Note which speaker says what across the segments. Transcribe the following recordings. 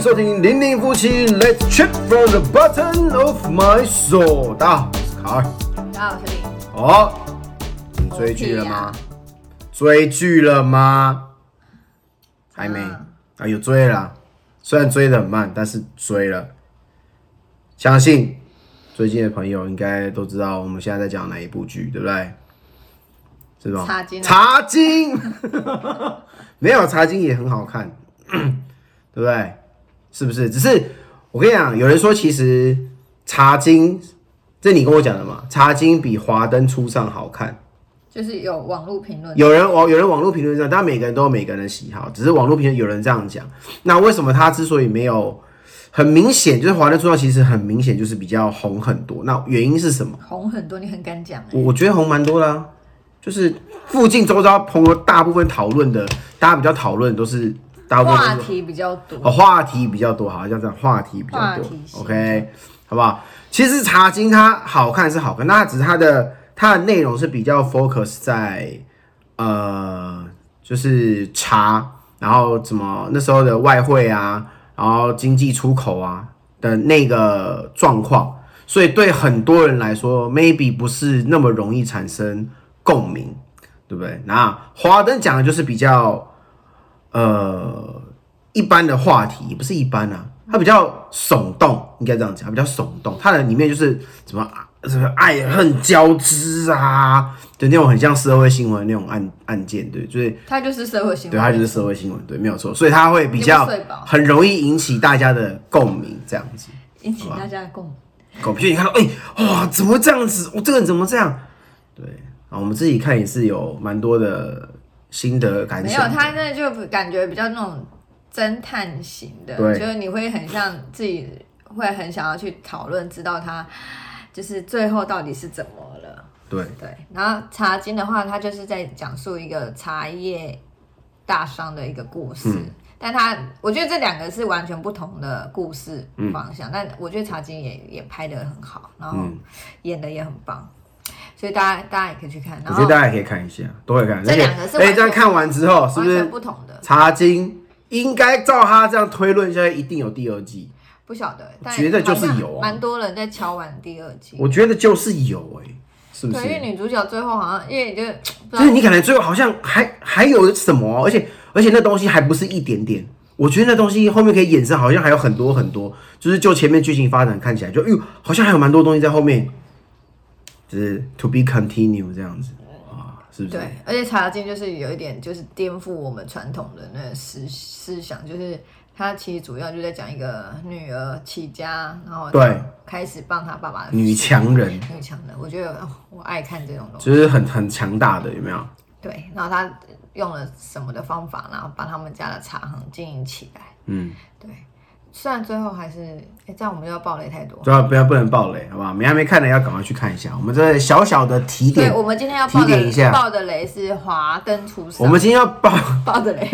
Speaker 1: 收听《零零夫妻》，Let's trip from the bottom of my soul。大家好，我是卡尔。
Speaker 2: 大家好，我是林。
Speaker 1: 好、你追剧了
Speaker 2: 我
Speaker 1: 吗
Speaker 2: 屁？
Speaker 1: 追剧了吗？还没
Speaker 2: 啊
Speaker 1: 啊，有追了啦，虽然追的很慢，但是追了。相信最近的朋友应该都知道我们现在在讲哪一部剧，对不对？是吧？
Speaker 2: 茶经啊
Speaker 1: 茶经， 没有茶经也很好看， 对不对？是不是？只是我跟你讲，有人说其实茶经，这你跟我讲的嘛，茶经比华灯初上好看。
Speaker 2: 就是有网络评论，
Speaker 1: 有人网有人网络评论这样，但每个人都有每个人的喜好，只是网络评论有人这样讲。那为什么他之所以没有很明显，就是华灯初上其实很明显就是比较红很多。那原因是什么？
Speaker 2: 红很多，你很敢讲哎、
Speaker 1: 我我觉得红蛮多的、啊，就是附近周遭朋友大部分讨论的，大家比较讨论都是大部分都是
Speaker 2: 话题比较多。
Speaker 1: 哦，话题比较多，好像这样，话题比较
Speaker 2: 话
Speaker 1: 多
Speaker 2: 题性
Speaker 1: ，OK，好不好？其实茶经它好看是好看，那它只是它的它的内容是比较 focus 在呃，就是茶，然后怎么那时候的外汇啊，然后经济出口啊的那个状况，所以对很多人来说，maybe 不是那么容易产生共鸣，对不对？那华灯讲的就是比较呃一般的话题，也不是一般啊，它比较耸动，应该这样讲，比较耸动。它的里面就是什么啊什么爱恨交织啊，就那种很像社会新闻那种案案件，对，就是
Speaker 2: 他就是社会新
Speaker 1: 对，
Speaker 2: 闻，
Speaker 1: 它就是社会新闻，对，没有错，所以它会比较
Speaker 2: 你不睡饱
Speaker 1: 很容易引起大家的共鸣，这样子。
Speaker 2: 引起大家的共鸣。
Speaker 1: 狗屁！你看到，哎、哇，怎么会这样子？哦我、这个人怎么这样？对啊，我们自己看也是有蛮多的心得感
Speaker 2: 没有，
Speaker 1: 想。
Speaker 2: 他那就感觉比较那种侦探型的，
Speaker 1: 对
Speaker 2: 就是你会很像自己会很想要去讨论，知道他就是最后到底是怎么了。
Speaker 1: 对
Speaker 2: 对，然后茶经的话，它就是在讲述一个茶叶大商的一个故事，
Speaker 1: 嗯
Speaker 2: 但它我觉得这两个是完全不同的故事方
Speaker 1: 嗯
Speaker 2: 向，但我觉得茶经也也拍的很好，然后演的也很棒，所以大家大家也可以去看。
Speaker 1: 我
Speaker 2: 然
Speaker 1: 觉得
Speaker 2: 后
Speaker 1: 大家也可以看一下，都会看。
Speaker 2: 这两个是
Speaker 1: 而且哎
Speaker 2: 完全
Speaker 1: 这样看完之后，是不
Speaker 2: 完全
Speaker 1: 是
Speaker 2: 不同的，
Speaker 1: 茶经应该照他这样推论下去，一定有第二季？
Speaker 2: 不晓得，但
Speaker 1: 觉得就是有啊
Speaker 2: 好像蛮多人在敲完第二季。
Speaker 1: 我觉得就是有、哎，是不
Speaker 2: 嗯对，因为
Speaker 1: 是？
Speaker 2: 女主角最后好像，因为就不
Speaker 1: 就
Speaker 2: 知
Speaker 1: 是
Speaker 2: 道
Speaker 1: 你可能最后好像还还有什么，而且而且那东西还不是一点点。我觉得那东西后面可以衍生，好像还有很多很多。就是就前面剧情发展看起来就，哎呦，好像还有蛮多东西在后面，就是 to be continue 这样子啊，是不是？
Speaker 2: 嗯对，而且茶经就是有一点就是颠覆我们传统的那个思思想，就是它其实主要就在讲一个女儿起家，然后
Speaker 1: 对
Speaker 2: 开始帮她爸爸
Speaker 1: 女强人
Speaker 2: 女强人，我觉得、哦我爱看这种东西。
Speaker 1: 就是很很强大的，有没有？
Speaker 2: 对，然后她用了什么的方法，然后把他们家的茶行经营起来。
Speaker 1: 嗯，
Speaker 2: 对，虽然最后还是，哎、这样我们就要暴雷太多。
Speaker 1: 不要不要不能爆雷，好不好？没还没看的要赶快去看一下。我们这小小的提
Speaker 2: 对，
Speaker 1: 点，
Speaker 2: 我们今天要
Speaker 1: 提
Speaker 2: 爆
Speaker 1: 点一下
Speaker 2: 的爆的雷是华灯初上。
Speaker 1: 我们今天要爆。
Speaker 2: 爆 的雷，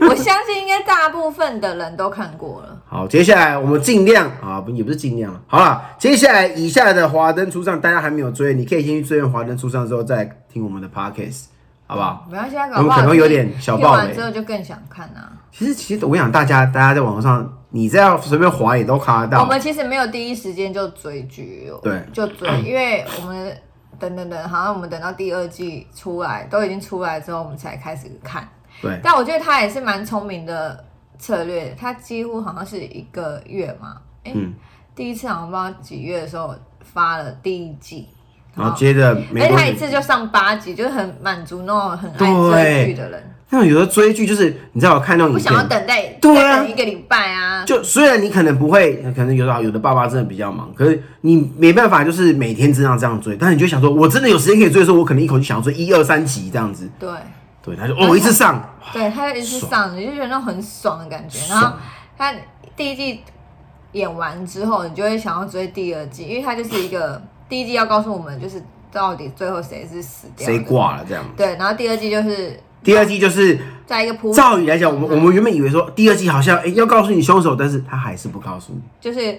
Speaker 2: 我相信应该大部分的人都看过了。
Speaker 1: 好，接下来我们尽量啊，不也不是尽量了，好了，接下来以下的华灯初上，大家还没有追，你可以先去追完华灯初上之后再听我们的 podcast，好不好？
Speaker 2: 没关系，搞不好
Speaker 1: 我们可能会有点小
Speaker 2: 听
Speaker 1: 爆
Speaker 2: 完
Speaker 1: 雷
Speaker 2: 之。后就更想看啊。
Speaker 1: 其实其实我想大家大家在网络上，你这样随便滑也都看得
Speaker 2: 我
Speaker 1: 到。
Speaker 2: 们其实没有第一时间就追剧，
Speaker 1: 对，
Speaker 2: 就 追，因为我们等等等，好像我们等到第二季出来，都已经出来之后，我们才开始看。
Speaker 1: 对，
Speaker 2: 但我觉得他也是蛮聪明的策略，他几乎好像是一个月嘛，哎、
Speaker 1: 嗯
Speaker 2: 第一次好像不知道几月的时候发了第一季，
Speaker 1: 然后接着没
Speaker 2: 哎，
Speaker 1: 多
Speaker 2: 他一
Speaker 1: 久，
Speaker 2: 次就上八集，就是很满足那种很爱追剧的人，
Speaker 1: 那种有的追剧就是你知道我看那种
Speaker 2: 不
Speaker 1: 影
Speaker 2: 想要
Speaker 1: 片，
Speaker 2: 等待，
Speaker 1: 对啊
Speaker 2: 再等一个礼拜啊。
Speaker 1: 就虽然你可能不会，可能有的有的爸爸真的比较忙，可是你没办法，就是每天这样这样追，但你就想说，我真的有时间可以追的时候，我可能一口气想要追一二三集这样子。
Speaker 2: 对，
Speaker 1: 对，他就哦一次上，
Speaker 2: 对，他就一次上，你就觉得那种很爽的感觉。然后
Speaker 1: 爽
Speaker 2: 他第一季演完之后，你就会想要追第二季，因为他就是一个第一季要告诉我们，就是到底最后谁是死掉的
Speaker 1: 谁。挂了这样。
Speaker 2: 对，然后第二季就是
Speaker 1: 第二季就是
Speaker 2: 在一个铺，
Speaker 1: 照理来讲，我们
Speaker 2: 嗯
Speaker 1: 我们原本以为说第二季好像哎、要告诉你凶手，但是他还是不告诉你。
Speaker 2: 就是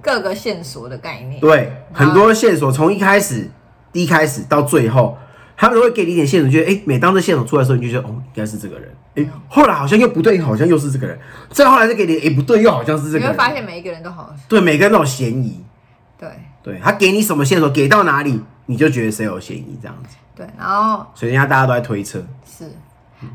Speaker 2: 各个线索的概念。
Speaker 1: 对，很多线索从一开始第一开始到最后，他们都会给你一点线索，觉得哎，每当这线索出来的时候，你就觉得哦，应该是这个人。哎，后来好像又不对，好像又是这个人。再后来再给你，哎，不对，又好像是这个
Speaker 2: 你会
Speaker 1: 人。
Speaker 2: 发现每一个人都好，
Speaker 1: 对，每个人都有嫌疑。
Speaker 2: 对
Speaker 1: 对他给你什么线索，给到哪里，你就觉得谁有嫌疑这样子。
Speaker 2: 对，然后
Speaker 1: 所以人家大家都在推测，
Speaker 2: 是，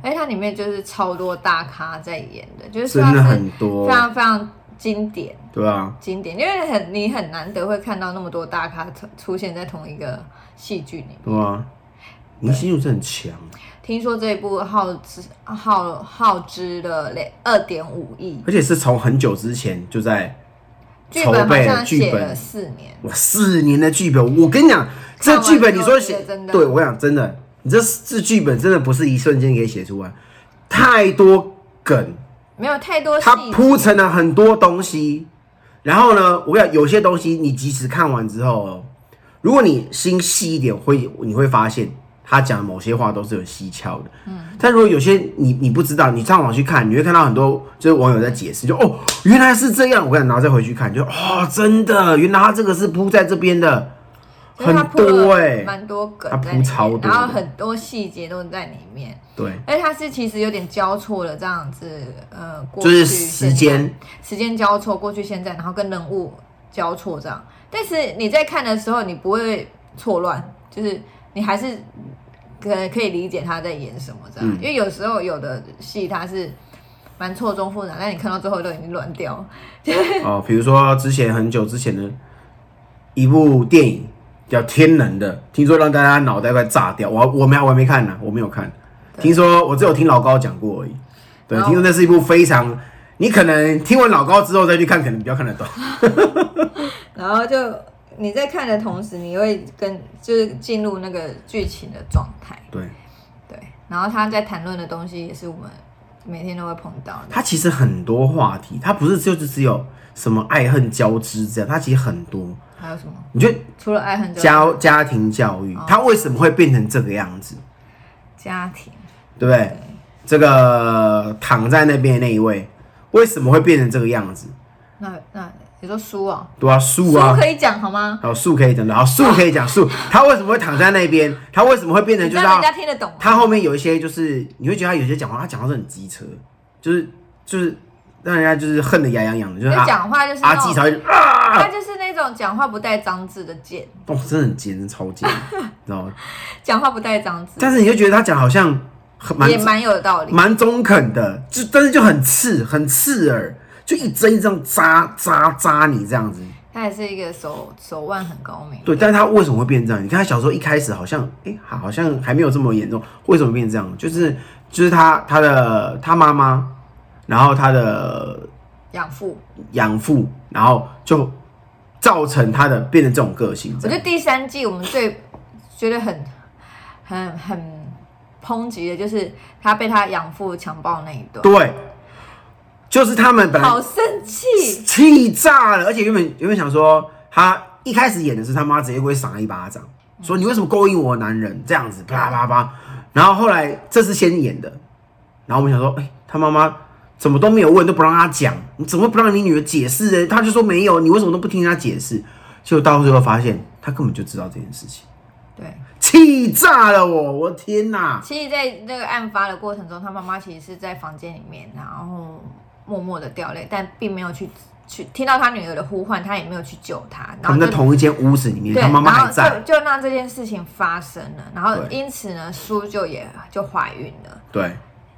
Speaker 2: 而且它里面就是超多大咖在演的，就是
Speaker 1: 真
Speaker 2: 算
Speaker 1: 的
Speaker 2: 是
Speaker 1: 很多
Speaker 2: 非，常非常经典
Speaker 1: 对吧、啊？
Speaker 2: 经典，因为很你很难得会看到那么多大咖出出现在同一个戏剧里面。
Speaker 1: 对啊，林心如真的很强，
Speaker 2: 听说这一部耗资耗耗资了两二点五亿，
Speaker 1: 而且是从很久之前就在
Speaker 2: 剧
Speaker 1: 筹
Speaker 2: 本好
Speaker 1: 备了
Speaker 2: 像
Speaker 1: 剧
Speaker 2: 写
Speaker 1: 本
Speaker 2: 了，四年，
Speaker 1: 哇，四年的剧本，我跟你讲，这
Speaker 2: 看完
Speaker 1: 剧本你
Speaker 2: 之后
Speaker 1: 说
Speaker 2: 觉得
Speaker 1: 写，
Speaker 2: 真的
Speaker 1: 对我讲真的，你这这剧本真的不是一瞬间可以写出来，太多梗，
Speaker 2: 没有太多戏
Speaker 1: 它铺陈了很多东西。然后呢，我跟你讲有些东西你即使看完之后哦，如果你心细一点，会你会发现他讲某些话都是有蹊跷的。嗯，但如果有些你你不知道，你上网去看，你会看到很多就是网友在解释，就哦原来是这样，我跟你讲然后再回去看，就哦真的，原来他这个是铺在这边的，
Speaker 2: 就是
Speaker 1: 很
Speaker 2: 它铺
Speaker 1: 多哎、
Speaker 2: 了蛮多梗
Speaker 1: 它
Speaker 2: 在
Speaker 1: 铺
Speaker 2: 里
Speaker 1: 超多
Speaker 2: 面，
Speaker 1: 的
Speaker 2: 然后很多细节都在里面，
Speaker 1: 对，
Speaker 2: 而且它是其实有点交错了这样子，呃，过
Speaker 1: 就是
Speaker 2: 去现
Speaker 1: 时
Speaker 2: 在
Speaker 1: 间
Speaker 2: 时间交错，过去现在，然后跟人物交错这样。但是你在看的时候，你不会错乱，就是你还是可可以理解他在演什么这样。
Speaker 1: 嗯
Speaker 2: 因为有时候有的戏它是蛮错综复杂，但你看到最后都已经乱掉了。
Speaker 1: 哦，比如说之前很久之前的一部电影叫《天能》的，听说让大家脑袋快炸掉。我我没我还没看呢、我没有看，听说我只有听老高讲过而已。对，
Speaker 2: 然后
Speaker 1: 听说那是一部非常，你可能听完老高之后再去看，可能比较看得懂。
Speaker 2: 然后就你在看的同时，你会跟就是进入那个剧情的状态，
Speaker 1: 对，
Speaker 2: 对。然后他在谈论的东西也是我们每天都会碰到的，
Speaker 1: 它其实很多话题，它不是就是只有什么爱恨交织这样，它其实很多。
Speaker 2: 还有什么？
Speaker 1: 你觉得
Speaker 2: 除了爱恨之外
Speaker 1: 家家庭教育，它为什么会变成这个样子？
Speaker 2: 家庭，
Speaker 1: 对不对？这个躺在那边的那一位，为什么会变成这个样子？
Speaker 2: 那那你说书哦，
Speaker 1: 对啊，树
Speaker 2: 书
Speaker 1: 啊，
Speaker 2: 可以讲好吗？
Speaker 1: 好树可以讲的，好树可以讲树，他为什么会躺在那边？他为什么会变成
Speaker 2: 你
Speaker 1: 就
Speaker 2: 知
Speaker 1: 是
Speaker 2: 道人家
Speaker 1: 他
Speaker 2: 听得懂吗？
Speaker 1: 他后面有一些就是你会觉得他有些讲话，他讲话是很机车，就是就是让人家就是恨得牙痒痒的，就是
Speaker 2: 就
Speaker 1: 阿
Speaker 2: 讲话就是
Speaker 1: 阿
Speaker 2: 那
Speaker 1: 纪才
Speaker 2: 种，
Speaker 1: 会啊，
Speaker 2: 他就是那种讲话不带脏字的贱，
Speaker 1: 哦，真的很尖，真的超尖，你知道吗？
Speaker 2: 讲话不带脏字，
Speaker 1: 但是你就觉得他讲好像很蛮
Speaker 2: 也蛮有道理。
Speaker 1: 蛮中肯的，就但是就很刺，很刺耳，就一针一针扎扎扎你这样子。
Speaker 2: 他也是一个手手腕很高明，
Speaker 1: 对，但是他为什么会变这样？你看他小时候一开始好像，哎、好好像还没有这么严重，为什么变这样？就是就是他他的他妈妈，然后他的
Speaker 2: 养父。
Speaker 1: 养父，然后就造成他的变成这种个性
Speaker 2: 我
Speaker 1: 这
Speaker 2: 觉得
Speaker 1: 样。
Speaker 2: 第三季我们最觉得很很很抨击的就是他被他养父强暴那一段，
Speaker 1: 对，就是他们本来
Speaker 2: 好生气。
Speaker 1: 气炸了，而且原本原本想说，他一开始演的是他妈直接会赏他一巴掌，说你为什么勾引我的男人这样子，啪啪啪。然后后来这是先演的，然后我们想说，哎、他妈妈怎么都没有问，都不让他讲，你怎么会不让你女儿解释呢？他就说没有，你为什么都不听他解释？就到最后发现，他根本就知道这件事情，
Speaker 2: 对，
Speaker 1: 气炸了我，我的天哪！
Speaker 2: 其实，在那个案发的过程中，他妈妈其实是在房间里面，然后默默的掉泪，但并没有去去听到他女儿的呼唤，他也没有去救她，
Speaker 1: 他
Speaker 2: 然后
Speaker 1: 们在
Speaker 2: 就
Speaker 1: 同一间屋子里面，
Speaker 2: 对，
Speaker 1: 他妈妈
Speaker 2: 然
Speaker 1: 还
Speaker 2: 后
Speaker 1: 在，
Speaker 2: 就就让这件事情发生了，然后
Speaker 1: 对
Speaker 2: 因此呢，苏就也就怀孕了。
Speaker 1: 对，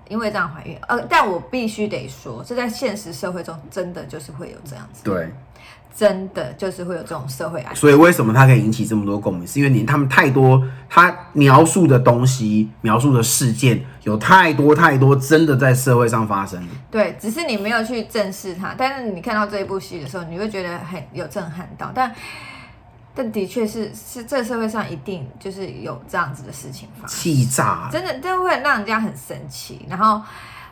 Speaker 2: 因为这样怀孕，呃，但我必须得说，这在现实社会中真的就是会有这样子，
Speaker 1: 对。
Speaker 2: 真的就是会有这种社会案。
Speaker 1: 所以为什么它可以引起这么多共鸣？是因为你他们太多，他描述的东西、描述的事件有太多太多，真的在社会上发生的。
Speaker 2: 对，只是你没有去正视它，但是你看到这一部戏的时候，你会觉得很有震撼到，但。但的确是是，这社会上一定就是有这样子的事情发生，
Speaker 1: 气炸了，
Speaker 2: 真的真的会让人家很生气。然后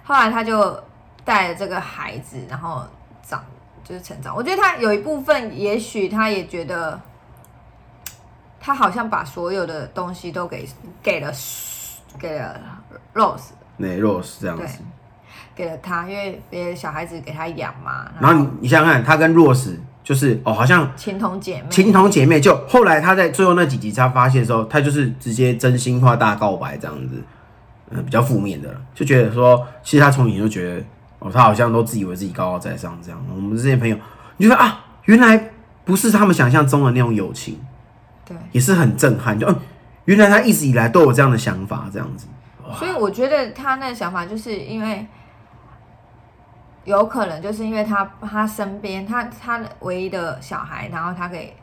Speaker 2: 后来他就带着这个孩子，然后长就是成长。我觉得他有一部分，也许他也觉得，他好像把所有的东西都给给了给了 Rose，
Speaker 1: 那若是这样子
Speaker 2: 对，给了他，因为别的小孩子给他养嘛。
Speaker 1: 然后你你想想看，他跟若是就是哦，好像
Speaker 2: 情同姐妹，
Speaker 1: 情同姐妹。就后来他在最后那几集他发泄的时候，他就是直接真心话大告白这样子，嗯，比较负面的了，就觉得说，其实他从以前就觉得，哦，他好像都自以为自己高高在上这样。我们这些朋友，你就说啊，原来不是他们想象中的那种友情，
Speaker 2: 对。
Speaker 1: 也是很震撼。就嗯，原来他一直以来都有这样的想法，这样子。
Speaker 2: 所以我觉得他那个想法，就是因为有可能就是因为他他身边他他唯一的小孩，然后他给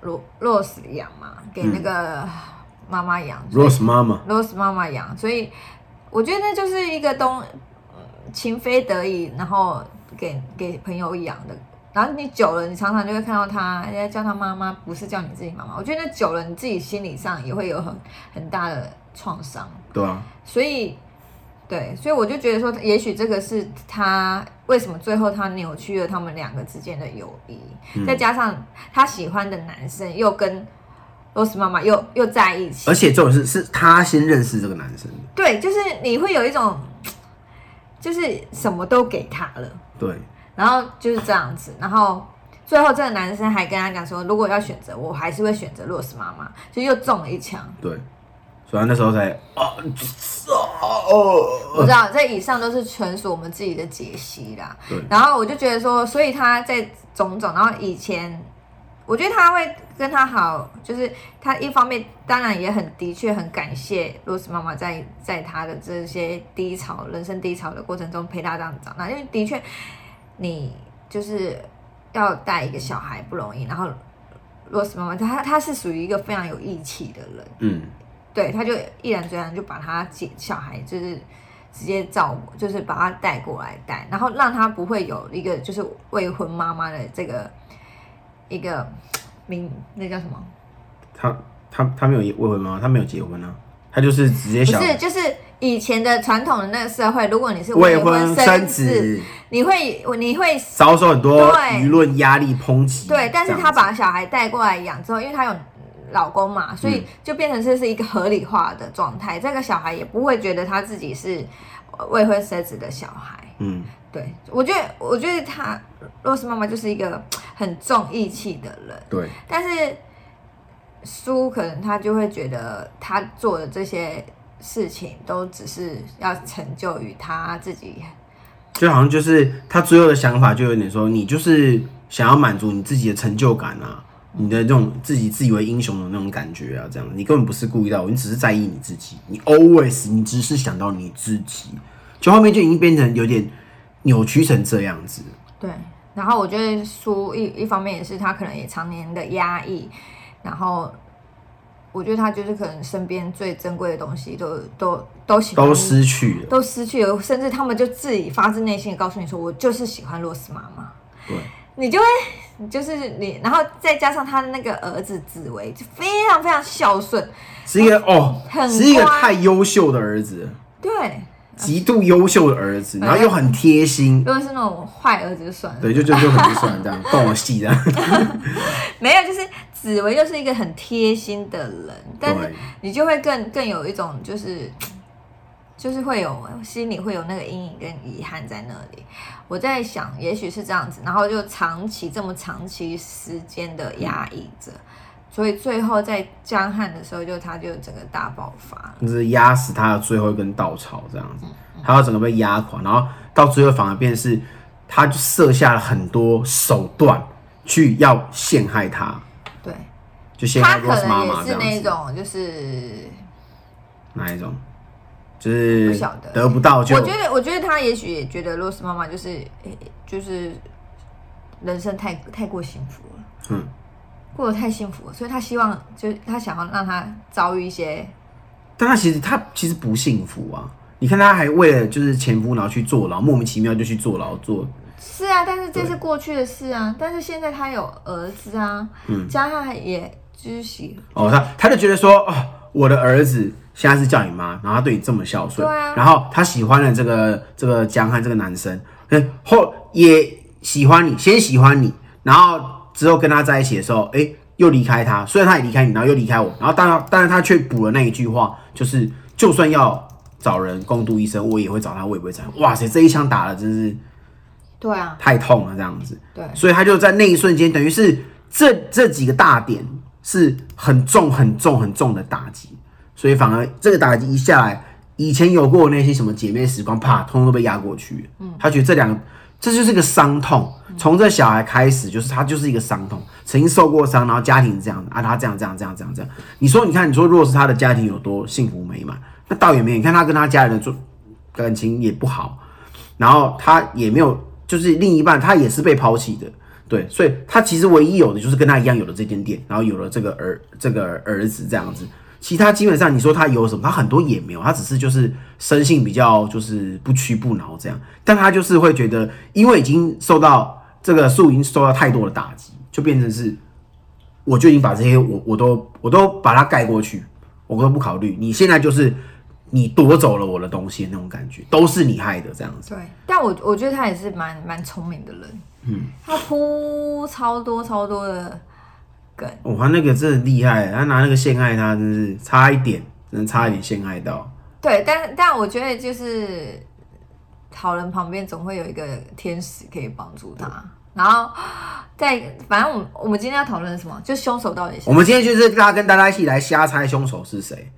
Speaker 2: 罗 Rose 养嘛，给那个妈妈养、
Speaker 1: 嗯 Rose 妈妈，
Speaker 2: r o s e 妈妈养，所以我觉得那就是一个东嗯情非得已，然后给给朋友养的。然后你久了，你常常就会看到他，人家叫他妈妈，不是叫你自己妈妈。我觉得那久了，你自己心理上也会有很很大的创伤。
Speaker 1: 对啊，
Speaker 2: 所以，对，所以我就觉得说，也许这个是他为什么最后他扭曲了他们两个之间的友谊，
Speaker 1: 嗯
Speaker 2: 再加上他喜欢的男生又跟 Rose 妈妈又又在一起
Speaker 1: 而，且这种是是他先认识这个男生的，
Speaker 2: 对，就是你会有一种，就是什么都给他了，
Speaker 1: 对，
Speaker 2: 然后就是这样子，然后。最后，这个男生还跟他讲说，如果要选择，我还是会选择 Rose 妈妈，就又中了一枪。
Speaker 1: 对，所以他那时候才啊，哦，
Speaker 2: 不知道，这以上都是纯属我们自己的解析啦
Speaker 1: 对。
Speaker 2: 然后我就觉得说，所以他在种种，然后以前，我觉得他会跟他好，就是他一方面当然也很的确很感谢 Rose 妈妈在在他的这些低潮、人生低潮的过程中陪他这样长大，因为的确你就是要带一个小孩不容易，然后 Rose 妈妈她她是属于一个非常有义气的人。
Speaker 1: 嗯，
Speaker 2: 对，他就毅然决然就把他姐小孩就是直接照顾，就是把他带过来带，然后让他不会有一个就是未婚妈妈的这个一个名那叫什么？
Speaker 1: 他他他没有未婚吗？他没有结婚啊，他就是直接
Speaker 2: 不
Speaker 1: 想
Speaker 2: 是，就是以前的传统的那个社会，如果你是
Speaker 1: 未
Speaker 2: 婚
Speaker 1: 婚
Speaker 2: 生
Speaker 1: 生
Speaker 2: 子，
Speaker 1: 子，
Speaker 2: 你会你会
Speaker 1: 遭受很多
Speaker 2: 对
Speaker 1: 舆论压力抨击。
Speaker 2: 对，但是
Speaker 1: 这样
Speaker 2: 他
Speaker 1: 子
Speaker 2: 把小孩带过来养之后，因为他有老公嘛，所
Speaker 1: 嗯
Speaker 2: 以就变成这是一个合理化的状态。这个小孩也不会觉得他自己是未婚生子的小孩。
Speaker 1: 嗯，
Speaker 2: 对，我觉得，我觉得他 Rose 妈妈就是一个很重义气的人，
Speaker 1: 对，
Speaker 2: 但是苏可能他就会觉得他做的这些事情都只是要成就于他自己，
Speaker 1: 就好像就是他最后的想法，就有点说，你就是想要满足你自己的成就感啊，你的这种自己自以为英雄的那种感觉啊，这样你根本不是故意的，你只是在意你自己，你 always 你只是想到你自己，就后面就已经变成有点扭曲成这样子。
Speaker 2: 对，然后我觉得苏一一方面也是他可能也常年的压抑，然后我觉得他就是可能身边最珍贵的东西都都都喜欢
Speaker 1: 都失去了，
Speaker 2: 都失去了，甚至他们就自己发自内心的告诉你说，我就是喜欢洛斯妈妈，
Speaker 1: 对，
Speaker 2: 你就会你就是你，然后再加上他的那个儿子紫薇，就非常非常孝顺，
Speaker 1: 是一个哦
Speaker 2: 很，
Speaker 1: 是一个
Speaker 2: 乖
Speaker 1: 太优秀的儿子了，
Speaker 2: 对，
Speaker 1: 极度优秀的儿子，然后又很贴心
Speaker 2: 如，果是那种坏儿子就算了，
Speaker 1: 对，就就就很不爽这样，动我戏这样，
Speaker 2: 没有，就是紫薇就是一个很贴心的人， 但是
Speaker 1: 对
Speaker 2: 你就会更更有一种就是。就是会有心里会有那个阴影跟遗憾在那里。我在想，也许是这样子，然后就长期这么长期时间的压抑着，所以最后在江汉的时候，就他就整个大爆发了。
Speaker 1: 就是压死他的最后一根稻草这样子，他要整个被压垮，然后到最后反而变成是，他就设下了很多手段去要陷害他，
Speaker 2: 对，
Speaker 1: 就陷
Speaker 2: 他
Speaker 1: 害
Speaker 2: 可
Speaker 1: Rose 妈
Speaker 2: 能
Speaker 1: 妈
Speaker 2: 也
Speaker 1: 这
Speaker 2: 是
Speaker 1: 样
Speaker 2: 那
Speaker 1: 子，
Speaker 2: 种，就是
Speaker 1: 哪一种？就是
Speaker 2: 不晓得
Speaker 1: 得不到就
Speaker 2: 我觉得，我觉得他也许也觉得露丝妈妈就是，诶就是人生太太过幸福了，
Speaker 1: 嗯，
Speaker 2: 过得太幸福了，所以他希望就是他想要让他遭遇一些，
Speaker 1: 但他其实他其实不幸福啊。你看，他还为了就是前夫，然后去坐牢，莫名其妙就去坐牢坐。
Speaker 2: 是啊，但是这是过去的事啊，但是现在他有儿子啊，
Speaker 1: 嗯
Speaker 2: 加上也就是喜
Speaker 1: 哦，他他就觉得说，哦，我的儿子现在是叫你妈，然后他对你这么孝顺，
Speaker 2: 对啊
Speaker 1: 然后他喜欢了这个这个江汉这个男生，嗯后也喜欢你，先喜欢你，然后之后跟他在一起的时候，哎，又离开他，虽然他也离开你，然后又离开我，然后当然，但是他却补了那一句话，就是就算要找人共度一生，我也会找他，我也不会找他。哇塞，这一枪打了真是
Speaker 2: 对啊，
Speaker 1: 太痛了这样子。
Speaker 2: 对，
Speaker 1: 所以他就在那一瞬间，等于是这这几个大点是很重、很重、很重的打击，所以反而这个打击一下来，以前有过那些什么姐妹时光，啪，通通都被压过去。嗯，他觉得这两个，这就是个伤痛，从这小孩开始，就是他就是一个伤痛，曾经受过伤，然后家庭这样啊，他这样这样这样这样这样，你说你看，你说若是他的家庭有多幸福美满，那倒也没有，你看他跟他家人的状感情也不好，然后他也没有，就是另一半他也是被抛弃的，对，所以他其实唯一有的就是跟他一样有了这间店，然后有了这个儿这个儿子这样子，其他基本上你说他有什么，他很多也没有，他只是就是生性比较就是不屈不挠这样，但他就是会觉得，因为已经受到这个树已经受到太多的打击，就变成是我就已经把这些我我都我都把它盖过去，我都不考虑。你现在就是你夺走了我的东西那种感觉，都是你害的这样子。
Speaker 2: 对，但我我觉得他也是蛮蛮聪明的人，嗯，他铺超多超多的梗，
Speaker 1: 哇、他那个真的厉害，他拿那个陷害他，真是差一点，真的差一点陷害到。
Speaker 2: 对，但但我觉得就是好人旁边总会有一个天使可以帮助他，然后在反正我们我们今天要讨论什么，就凶手到底是
Speaker 1: 我们今天就是大家跟大家一起来瞎猜凶手是谁。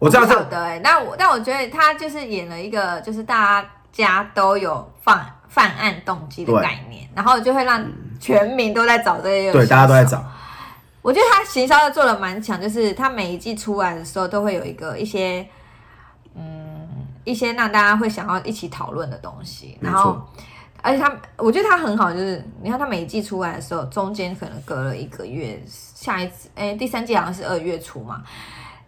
Speaker 1: 我知道
Speaker 2: 不晓
Speaker 1: 这
Speaker 2: 得哎、那我但我觉得他就是演了一个，就是大家都有犯犯案动机的
Speaker 1: 对嗯
Speaker 2: 概念，然后就会让全民都在找这些。
Speaker 1: 对大家都在。找，
Speaker 2: 我觉得他行销的做的蛮强，就是他每一季出来的时候都会有一个一些，嗯，一些让大家会想要一起讨论的东西，
Speaker 1: 没
Speaker 2: 然后
Speaker 1: 错。
Speaker 2: 而且他，我觉得他很好，就是你看他每一季出来的时候，中间可能隔了一个月，下一次，哎、第三季好像是二月初嘛。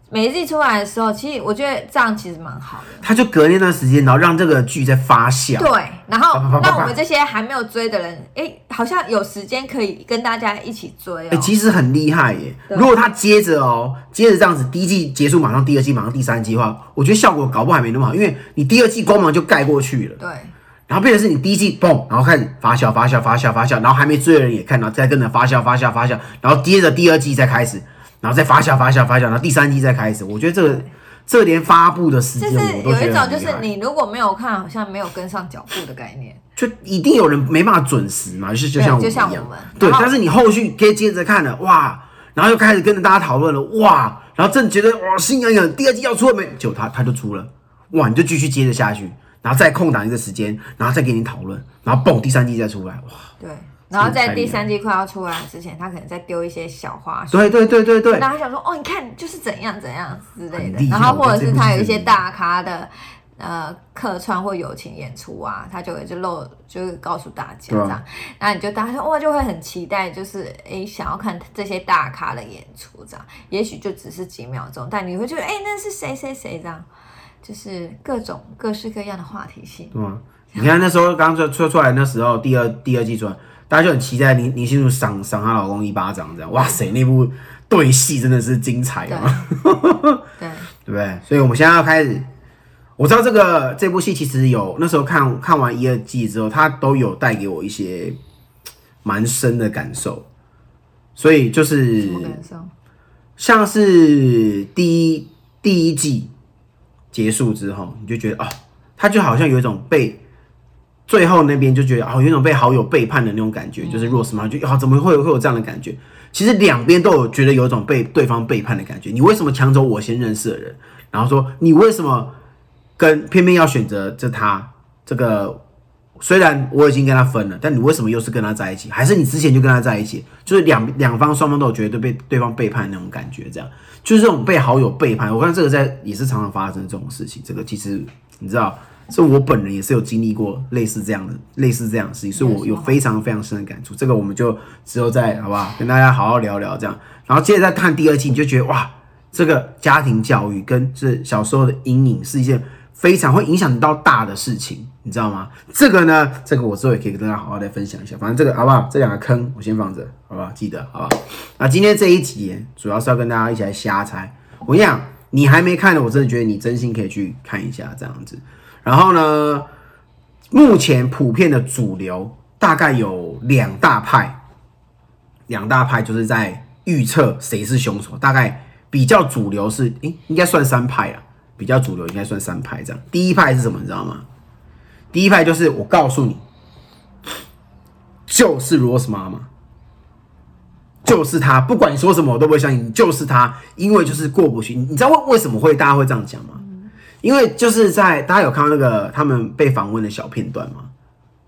Speaker 2: 每一季出来的时候，其实我觉得这样其实蛮好的。
Speaker 1: 他就隔那段时间，然后让这个剧在发酵。
Speaker 2: 对，然 后
Speaker 1: 啪啪啪啪啪
Speaker 2: 那我们这些还没有追的人，哎、好像有时间可以跟大家一起追哦、
Speaker 1: 哎、其实很厉害耶！
Speaker 2: 对
Speaker 1: 如果他接着哦，接着这样子，第一季结束马上第二季，马上第三季的话，我觉得效果搞不好还没那么好，因为你第二季光芒就盖过去了，
Speaker 2: 对。
Speaker 1: 然后变成是你第一季嘣，然后开始发酵发酵发酵发酵，然后还没追的人也看，然后再跟着发酵发酵发酵，然后接着第二季再开始，然后再发酵发酵发酵，然后第三季再开始。我觉得这个这连发布的时
Speaker 2: 就
Speaker 1: 间
Speaker 2: 是
Speaker 1: 我都
Speaker 2: 有
Speaker 1: 觉
Speaker 2: 一
Speaker 1: 得
Speaker 2: 种
Speaker 1: 很
Speaker 2: 就
Speaker 1: 厉
Speaker 2: 是
Speaker 1: 害，
Speaker 2: 你如果没有看，好像没有跟上脚步的概念。
Speaker 1: 就一定有人没办法准时嘛，就是就
Speaker 2: 对
Speaker 1: 像我们
Speaker 2: 就
Speaker 1: 一
Speaker 2: 像
Speaker 1: 样
Speaker 2: 我们，
Speaker 1: 对。
Speaker 2: 然后
Speaker 1: 但是你后续可以接着看了，哇，然后又开始跟着大家讨论了，哇，然后正觉得哇心痒痒，第二季要出了没？就他他就出了，哇，你就继续接着下去，然后再空档一个时间，然后再给你讨论，然后蹦第三季再出来，哇。
Speaker 2: 对，然后在
Speaker 1: 太厉
Speaker 2: 第
Speaker 1: 害
Speaker 2: 三季快要出来之前，他可能再丢一些小花絮。
Speaker 1: 对对对对对，
Speaker 2: 然后他想说，哦，你看就是怎样怎样之类的
Speaker 1: 很，厉害
Speaker 2: 然后或者是他有一
Speaker 1: 我觉得这部剧
Speaker 2: 些
Speaker 1: 很厉害
Speaker 2: 大咖的呃客串或友情演出啊，他就会就露就是告诉大家
Speaker 1: 对啊
Speaker 2: 这样，那、你就大家说哇就会很期待，就是诶想要看这些大咖的演出这样，也许就只是几秒钟，但你会觉得诶那是谁谁谁这样，就是各种各式各样的话题性。
Speaker 1: 对吗？嗯你看那时候刚出出出来那时候，第二第二季出来，大家就很期待林林心如赏赏她老公一巴掌这样。哇塞，那部对戏真的是精彩
Speaker 2: 对
Speaker 1: 啊，
Speaker 2: 对，
Speaker 1: 对不对？所以我们现在要开始。我知道这个这部戏其实有那时候看看完一二季之后，它都有带给我一些蛮深的感受，所以就是
Speaker 2: 什么感受？
Speaker 1: 像是第一第一季结束之后，你就觉得哦，他就好像有一种被最后那边就觉得哦，有一种被好友背叛的那种感觉，就是 Rose 嘛，就哦，怎么会有会有这样的感觉？其实两边都有觉得有一种被对方背叛的感觉。你为什么抢走我先认识的人？然后说你为什么跟偏偏要选择这他这个？虽然我已经跟他分了，但你为什么又是跟他在一起？还是你之前就跟他在一起？就是两两方双方都有觉得被对方背叛那种感觉，这样就是这种被好友背叛。我看这个在也是常常发生这种事情。这个其实你知道，是我本人也是有经历过类似这样的类似这样的事情，所以我有非常非常深的感触。这个我们就之后再好不好跟大家好好聊聊这样，然后接着再看第二季，你就觉得哇，这个家庭教育跟是小时候的阴影是一件非常会影响到大的事情，你知道吗？这个呢，这个我之后也可以跟大家好好再分享一下。反正这个好不好？这两个坑我先放着，好不好？记得好不好？那今天这一集主要是要跟大家一起来瞎猜。我跟你讲，你还没看的，我真的觉得你真心可以去看一下这样子。然后呢，目前普遍的主流大概有两大派，两大派就是在预测谁是凶手，大概比较主流是，诶、应该算三派啦，比较主流应该算三派这样。第一派是什么，你知道吗？第一派就是我告诉你，就是 Rose 妈妈，就是她，不管你说什么我都不会相信，就是她，因为就是过不去。你你知道为为什么会大家会这样讲吗？因为就是在大家有看到那个他们被访问的小片段吗？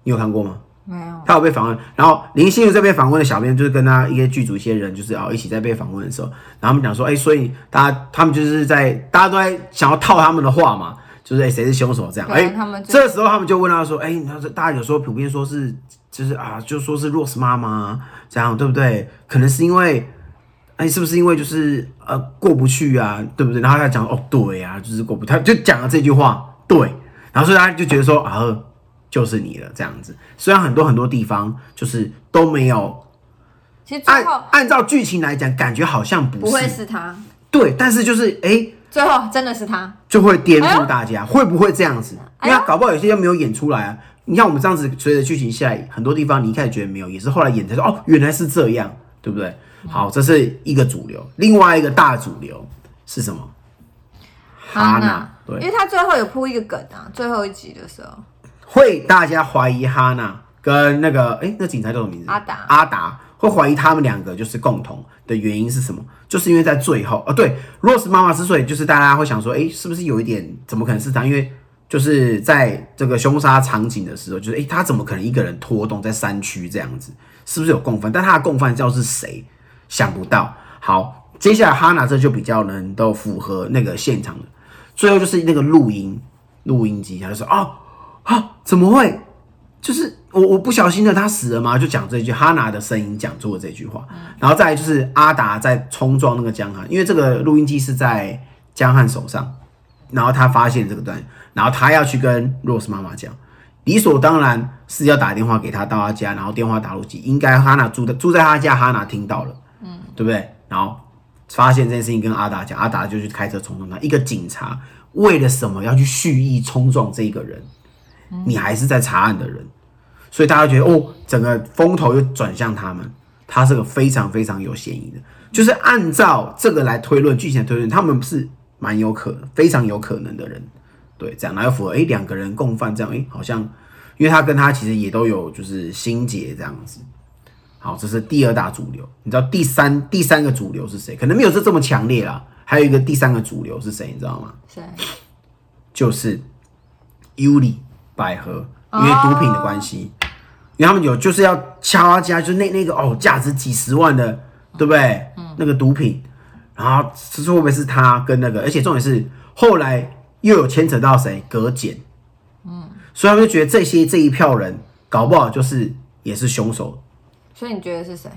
Speaker 1: 你有看过吗？
Speaker 2: 没有，
Speaker 1: 他有被访问，然后林心如在被访问的小编就是跟他一些剧组一些人就是啊、哦、一起在被访问的时候，然后他们讲说，哎、所以大家他们就是在大家都在想要套他们的话嘛，就是哎、谁是凶手这样，
Speaker 2: 对
Speaker 1: 哎、
Speaker 2: 啊他们就
Speaker 1: 这时候他们就问他说，哎、你说大家有时候普遍说是就是啊就说是 Rose 妈妈这样对不对？可能是因为。哎，是不是因为就是呃过不去啊，对不对？然后他讲哦，对啊，就是过不，他就讲了这句话，对，然后所以大家就觉得说啊，就是你了这样子。虽然很多很多地方就是都没有
Speaker 2: 其实最
Speaker 1: 按
Speaker 2: 后
Speaker 1: 按照剧情来讲，感觉好像不
Speaker 2: 不会
Speaker 1: 哎是
Speaker 2: 是他，
Speaker 1: 对，但是就是哎、
Speaker 2: 最后真的是他。
Speaker 1: 就会颠覆大家，会不会这样子？
Speaker 2: 哎
Speaker 1: 因
Speaker 2: 呦
Speaker 1: 为搞不好有些没有演出来啊。你看我们这样子随着剧情下来，很多地方你一开始觉得没有，也是后来演才说哦，原来是这样，对不对？好，这是一个主流，另外一个大主流是什么？哈娜，
Speaker 2: 因
Speaker 1: 对，
Speaker 2: 为他最后有铺一个梗啊，最后一集的时候，
Speaker 1: 会大家怀疑哈娜跟那个哎，那警察叫什么名字？
Speaker 2: 阿达
Speaker 1: 阿达会怀疑他们两个就是共同的原因是什么？就是因为在最后，哦，对，Rose 妈妈之所以就是大家会想说，哎，是不是有一点怎么可能是她？因为就是在这个凶杀场景的时候，就是哎，她怎么可能一个人拖动在山区这样子？是不是有共犯？但她的共犯知道是谁？想不到。好，接下来哈娜这就比较能够符合那个现场的。最后就是那个录音录音机，他就说哦啊，怎么会？就是我我不小心的，他死了吗？就讲这句哈娜的声音讲出了这句话，然后再来就是阿达在冲撞那个江汉，因为这个录音机是在江汉手上，然后他发现这个段，然后他要去跟 Rose 妈妈讲，理所当然是要打电话给他到他家，然后电话打录机，应该哈娜住的住在他家，哈娜听到了，嗯，对不对？然后发现这件事情跟阿达讲，阿达就去开车冲撞他，一个警察为了什么要去蓄意冲撞这一个人？你还是在查案的人，所以大家觉得哦，整个风头又转向他们，他是个非常非常有嫌疑的。就是按照这个来推论，剧情来推论，他们是蛮有可能，非常有可能的人。对，这样然后又符合诶两个人共犯这样，诶好像，因为他跟他其实也都有就是心结这样子。好，这是第二大主流。你知道第三第三个主流是谁？可能没有这这么强烈啦。还有一个第三个主流是谁？你知道吗？
Speaker 2: 谁？
Speaker 1: 就是尤里百合，因为毒品的关系，因为他们有就是要敲他家，就是那那个哦，价值几十万的，对不对？
Speaker 2: 嗯
Speaker 1: 那个毒品，然后这是会不会是他跟那个？而且重点是后来又有牵扯到谁？葛简，嗯，所以他们就觉得这些这一票人搞不好就是也是凶手。
Speaker 2: 所以你觉得是谁？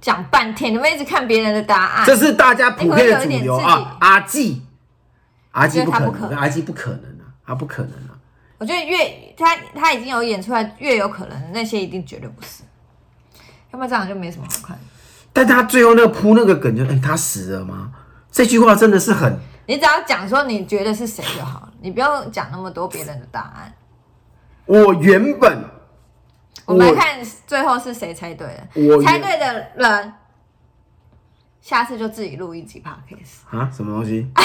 Speaker 2: 讲半天，你们一直看别人的答案，
Speaker 1: 这是大家普遍的主流
Speaker 2: 啊哎可能有一点
Speaker 1: 啊，阿纪，阿纪不可
Speaker 2: 觉得他不可
Speaker 1: 能，
Speaker 2: 能
Speaker 1: 阿纪不可能啊，他不可能啊。
Speaker 2: 我觉得越他他已经有演出来，越有可能那些一定绝对不是，要不然这样就没什么好看的。
Speaker 1: 但他最后那个铺那个梗就，哎、他死了吗？这句话真的是很，
Speaker 2: 你只要讲说你觉得是谁就好了，你不要讲那么多别人的答案。
Speaker 1: 我原本
Speaker 2: 我们来看最后是谁猜对
Speaker 1: 我
Speaker 2: 的，猜对的人，下次就自己录一集 podcast。
Speaker 1: 啊什么东西
Speaker 2: 哎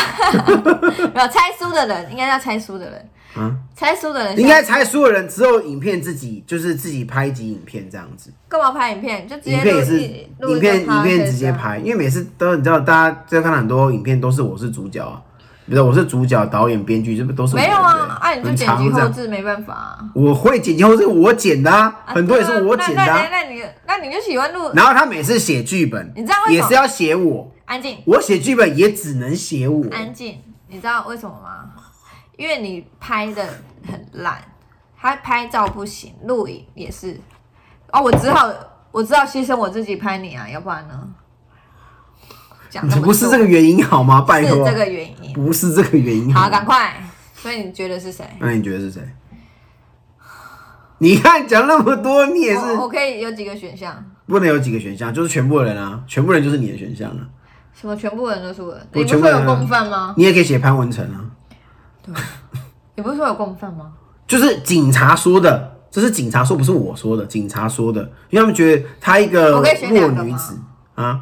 Speaker 2: 没有猜输的人，应该叫猜输的人，
Speaker 1: 啊？
Speaker 2: 猜输的人
Speaker 1: 应该猜输的人只有影片自己，就是自己拍一集影片这样子，
Speaker 2: 干嘛拍影片？就直
Speaker 1: 影
Speaker 2: 接
Speaker 1: 片也
Speaker 2: 录
Speaker 1: 是
Speaker 2: 一录
Speaker 1: 影
Speaker 2: 一
Speaker 1: 片
Speaker 2: 个 podcast 啊
Speaker 1: 影片直接。拍，因为每次都你知道，大家就看到很多影片都是我是主角啊，不是我是主角，导演、编剧，这不都是我
Speaker 2: 没有
Speaker 1: 对不对
Speaker 2: 啊，啊你就
Speaker 1: 很
Speaker 2: 剪
Speaker 1: 长
Speaker 2: 辑
Speaker 1: 这
Speaker 2: 后
Speaker 1: 样。
Speaker 2: 置没办法啊。
Speaker 1: 我会剪辑后是我剪的啊，
Speaker 2: 啊
Speaker 1: 很多也是我剪的、
Speaker 2: 对啊
Speaker 1: 啊。
Speaker 2: 那那那那你那你就喜欢录
Speaker 1: 然后他每次写剧本，
Speaker 2: 你知道为什
Speaker 1: 也
Speaker 2: 么
Speaker 1: 是要写我，
Speaker 2: 安静
Speaker 1: 我写剧本也只能写我。
Speaker 2: 安静，你知道为什么吗？因为你拍的很烂，他拍照不行，录影也是。哦，我只好我只好牺牲我自己拍你啊，要不然呢？讲那么
Speaker 1: 不是
Speaker 2: 多
Speaker 1: 这个原因好 吗？拜
Speaker 2: 是
Speaker 1: 托，啊
Speaker 2: 这个原因。
Speaker 1: 不是这个原因
Speaker 2: 好，
Speaker 1: 吗
Speaker 2: 赶快。所以你觉得是谁？
Speaker 1: 那你觉得是谁？ 你看讲那么多，你也是
Speaker 2: 我我可以有几个选项，
Speaker 1: 不能有几个选项，就是全部人啊，全部人就是你的选项啊。
Speaker 2: 什么全部人都是我的，
Speaker 1: 我
Speaker 2: 你不
Speaker 1: 全部
Speaker 2: 是说
Speaker 1: 人啊
Speaker 2: 有共犯吗？
Speaker 1: 你也可以写潘文成啊，
Speaker 2: 你不是说有共犯吗？
Speaker 1: 就是警察说的，这是警察说，不是我说的，警察说的，因为他们觉得她一个
Speaker 2: 我可以选
Speaker 1: 弱
Speaker 2: 两个吗
Speaker 1: 女子啊，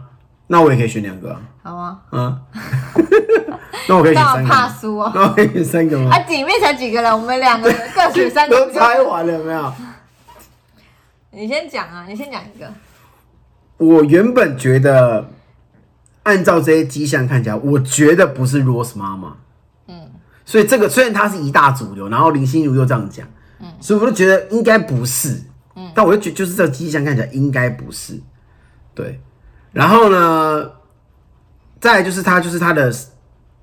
Speaker 1: 那我也可以选两个啊，
Speaker 2: 好吗？
Speaker 1: 啊 那我可以选
Speaker 2: 干
Speaker 1: 三
Speaker 2: 嘛
Speaker 1: 个
Speaker 2: 怕
Speaker 1: 吗，
Speaker 2: 输哦？
Speaker 1: 那我可以选三个吗？
Speaker 2: 啊， 里面才几个人，我们两个人各选三个
Speaker 1: 都
Speaker 2: 不就，
Speaker 1: 猜完了没有？
Speaker 2: 你先讲啊，你先讲一个。
Speaker 1: 我原本觉得，按照这些迹象看起来，我觉得不是 Rose 妈妈。嗯，所以这个虽然它是一大主流，然后林心如又这样讲，嗯，所以我就觉得应该不是。嗯，但我就觉就是这个迹象看起来应该不是。对，然后呢，再来就是他就是他的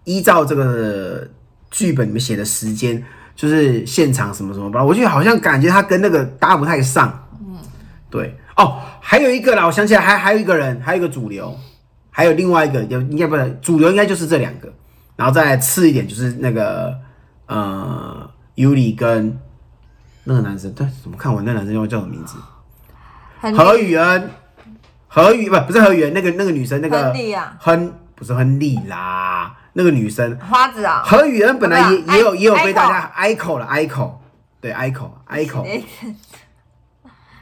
Speaker 1: 依照这个剧本里面写的时间，就是现场什么什么吧，我就好像感觉他跟那个搭不太上。对哦，还有一个啦，我想起来还还有一个人，还有一个主流，还有另外一个，要应该不能主流应该就是这两个，然后再来次一点就是那个呃尤里跟那个男生，但怎么看我那男生叫叫什么名字？
Speaker 2: 很
Speaker 1: 何雨恩，何雨不不是何雨恩，那个那个女生那个
Speaker 2: 亨利啊
Speaker 1: 亨不是亨利啦，那个女生
Speaker 2: 花子啊，
Speaker 1: 何雨恩本来也
Speaker 2: 好吧
Speaker 1: 也有
Speaker 2: ，I-
Speaker 1: 也有被大家 echo 了 echo，对 echo echo，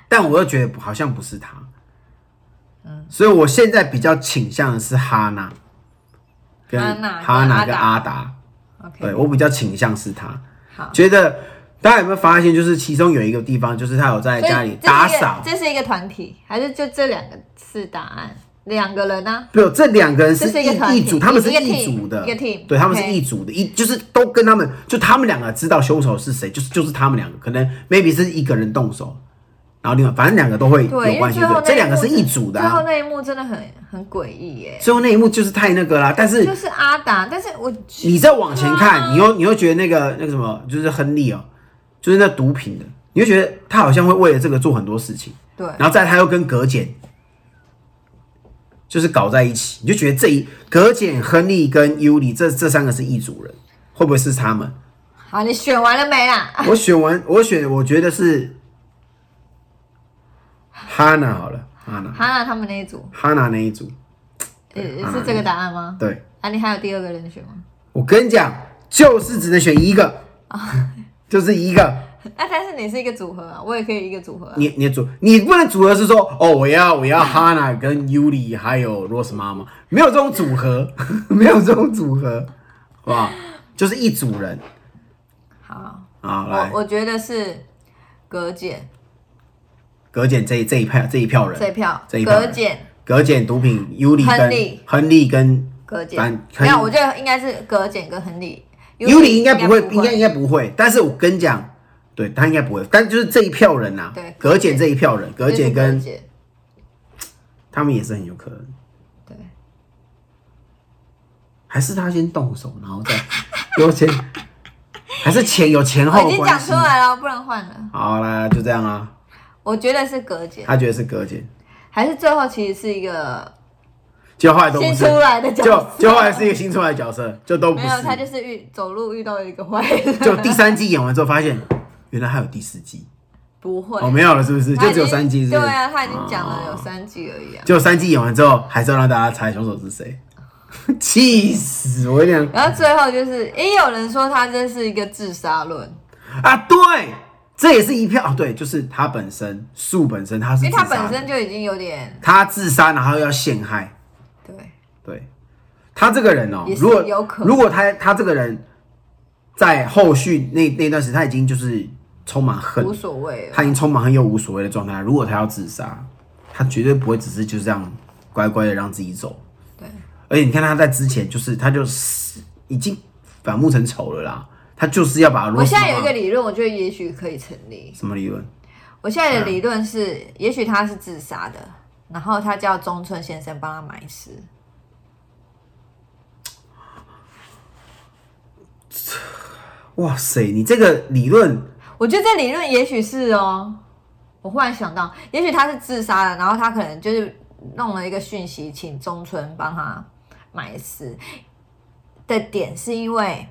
Speaker 1: 但我又觉得不好像不是他，所以我现在比较倾向的是哈娜，跟
Speaker 2: 哈娜
Speaker 1: 哈娜
Speaker 2: 跟
Speaker 1: 跟
Speaker 2: 阿
Speaker 1: 阿达，对
Speaker 2: OK，
Speaker 1: 我比较倾向是他
Speaker 2: 好，
Speaker 1: 觉得大家有没有发现，就是其中有一个地方，就是他有在
Speaker 2: 所以
Speaker 1: 家里
Speaker 2: 这是一个
Speaker 1: 打扫，
Speaker 2: 这是一个团体，还是就这两个是答案？两个人啊呢？
Speaker 1: 没有，这两个人是
Speaker 2: 这是一个团
Speaker 1: 一
Speaker 2: 体
Speaker 1: 一组，他们是
Speaker 2: 一个
Speaker 1: 一
Speaker 2: team，
Speaker 1: 组的，
Speaker 2: 一个 team，
Speaker 1: 对，他们是
Speaker 2: OK
Speaker 1: 一组的，一就是都跟他们，就他们两个知道凶手是谁，就是就是他们两个，可能 maybe 是一个人动手，然后另外反正两个都会
Speaker 2: 对，
Speaker 1: 有
Speaker 2: 因为
Speaker 1: 关系，
Speaker 2: 最后
Speaker 1: 对
Speaker 2: 那，
Speaker 1: 这两个
Speaker 2: 幕
Speaker 1: 是一组的、
Speaker 2: 最后
Speaker 1: 啊，
Speaker 2: 那一幕真的很很诡异耶，
Speaker 1: 最后那一幕就是太那个啦，但是
Speaker 2: 就是阿达，但是我觉
Speaker 1: 你再往前看，你又你又觉得那个那个什么，就是亨利哦、就是那毒品的，你就觉得他好像会为了这个做很多事情，
Speaker 2: 对
Speaker 1: 然后再来他又跟葛简就是搞在一起，你就觉得这一葛简、亨利跟尤里这这三个是一组人，会不会是他们？
Speaker 2: 好，你选完了没啦？
Speaker 1: 我选完，我选，我觉得是哈娜好了，哈娜
Speaker 2: 哈娜他们那一组，
Speaker 1: 哈娜那一组，
Speaker 2: 呃，
Speaker 1: 哈娜
Speaker 2: 是这个答案吗？
Speaker 1: 对
Speaker 2: 啊，你还有第二个人选吗？
Speaker 1: 我跟你讲，就是只能选一个，就是一个。
Speaker 2: 啊，但是你是一个组合啊，我也可以一个组合啊。
Speaker 1: 你你组你不能组合是说哦，我要我要哈娜跟尤里还有 Rose 妈妈，没有这种组合， 没有这种组合，好不好？就是一组人
Speaker 2: 好，
Speaker 1: 啊，来
Speaker 2: 我我觉得是葛简
Speaker 1: 葛简这一这一派这一票人，
Speaker 2: 这一票，
Speaker 1: 这一票
Speaker 2: 葛
Speaker 1: 人
Speaker 2: 简
Speaker 1: 葛简毒品尤里
Speaker 2: 亨
Speaker 1: 跟
Speaker 2: 利
Speaker 1: 亨利跟
Speaker 2: 葛简
Speaker 1: 反，
Speaker 2: 没有，我觉得应该是葛简跟亨利。
Speaker 1: 尤里应该不会，应该应该不会，但是我跟你讲，对他应该不会，但就是这一票人呐、
Speaker 2: 对
Speaker 1: 葛简这一票人，葛
Speaker 2: 就是
Speaker 1: 简跟
Speaker 2: 简
Speaker 1: 他们也是很有可能。
Speaker 2: 对，
Speaker 1: 还是他先动手，然后再 有钱，还是前有前
Speaker 2: 我
Speaker 1: 后
Speaker 2: 已经
Speaker 1: 关
Speaker 2: 讲
Speaker 1: 系
Speaker 2: 出。来了，不然换了。
Speaker 1: 好啦，就这样啊。
Speaker 2: 我觉得是葛简，
Speaker 1: 他觉得是葛姐，
Speaker 2: 还是最后其实是一个
Speaker 1: 结果后来都不
Speaker 2: 新
Speaker 1: 是
Speaker 2: 出，来的角
Speaker 1: 就
Speaker 2: 色，
Speaker 1: 就后来是一个新出来的角色，就都不
Speaker 2: 没
Speaker 1: 是。
Speaker 2: 有，他就是遇走路遇到一个坏人，
Speaker 1: 就第三季演完之后发现，原来还有第四季。
Speaker 2: 不会，
Speaker 1: 哦，没有了，是不是？
Speaker 2: 他
Speaker 1: 就
Speaker 2: 已经
Speaker 1: 只有三季，是不
Speaker 2: 对
Speaker 1: 是？
Speaker 2: 啊，他已经讲了有
Speaker 1: 哦
Speaker 2: 三季而已啊。
Speaker 1: 只有三季演完之后，还是要让大家猜凶手是谁， 气死我！跟你讲
Speaker 2: 然后最后就是，也有人说他这是一个自杀论，
Speaker 1: 啊，对，这也是一票。哦，对，就是他本身树本身他是
Speaker 2: 因为他
Speaker 1: 自杀
Speaker 2: 本
Speaker 1: 的
Speaker 2: 身就已经有点
Speaker 1: 他自杀，然后要陷害。
Speaker 2: 对，
Speaker 1: 对，他这个人哦、
Speaker 2: 也是
Speaker 1: 如果
Speaker 2: 有可能
Speaker 1: 如果他他这个人在后续那那段时间，他已经就是充满恨
Speaker 2: 无，所谓了。
Speaker 1: 他已经充满恨又无所谓的状态。如果他要自杀，他绝对不会只是就这样乖乖的让自己走。
Speaker 2: 对，
Speaker 1: 而且你看他在之前就是他就是已经反目成仇了啦，他就是要把
Speaker 2: 我现在有一个
Speaker 1: 个
Speaker 2: 理论，我觉得也许可以成立。
Speaker 1: 什么理论？
Speaker 2: 我现在的理论是，也许他是自杀的，然后他叫中村先生帮他埋尸。
Speaker 1: 哇塞，你这个理论
Speaker 2: 我觉得这理论也许是哦，我忽然想到，也许他是自杀的，然后他可能就是弄了一个讯息，请中村帮他埋尸的点，是因为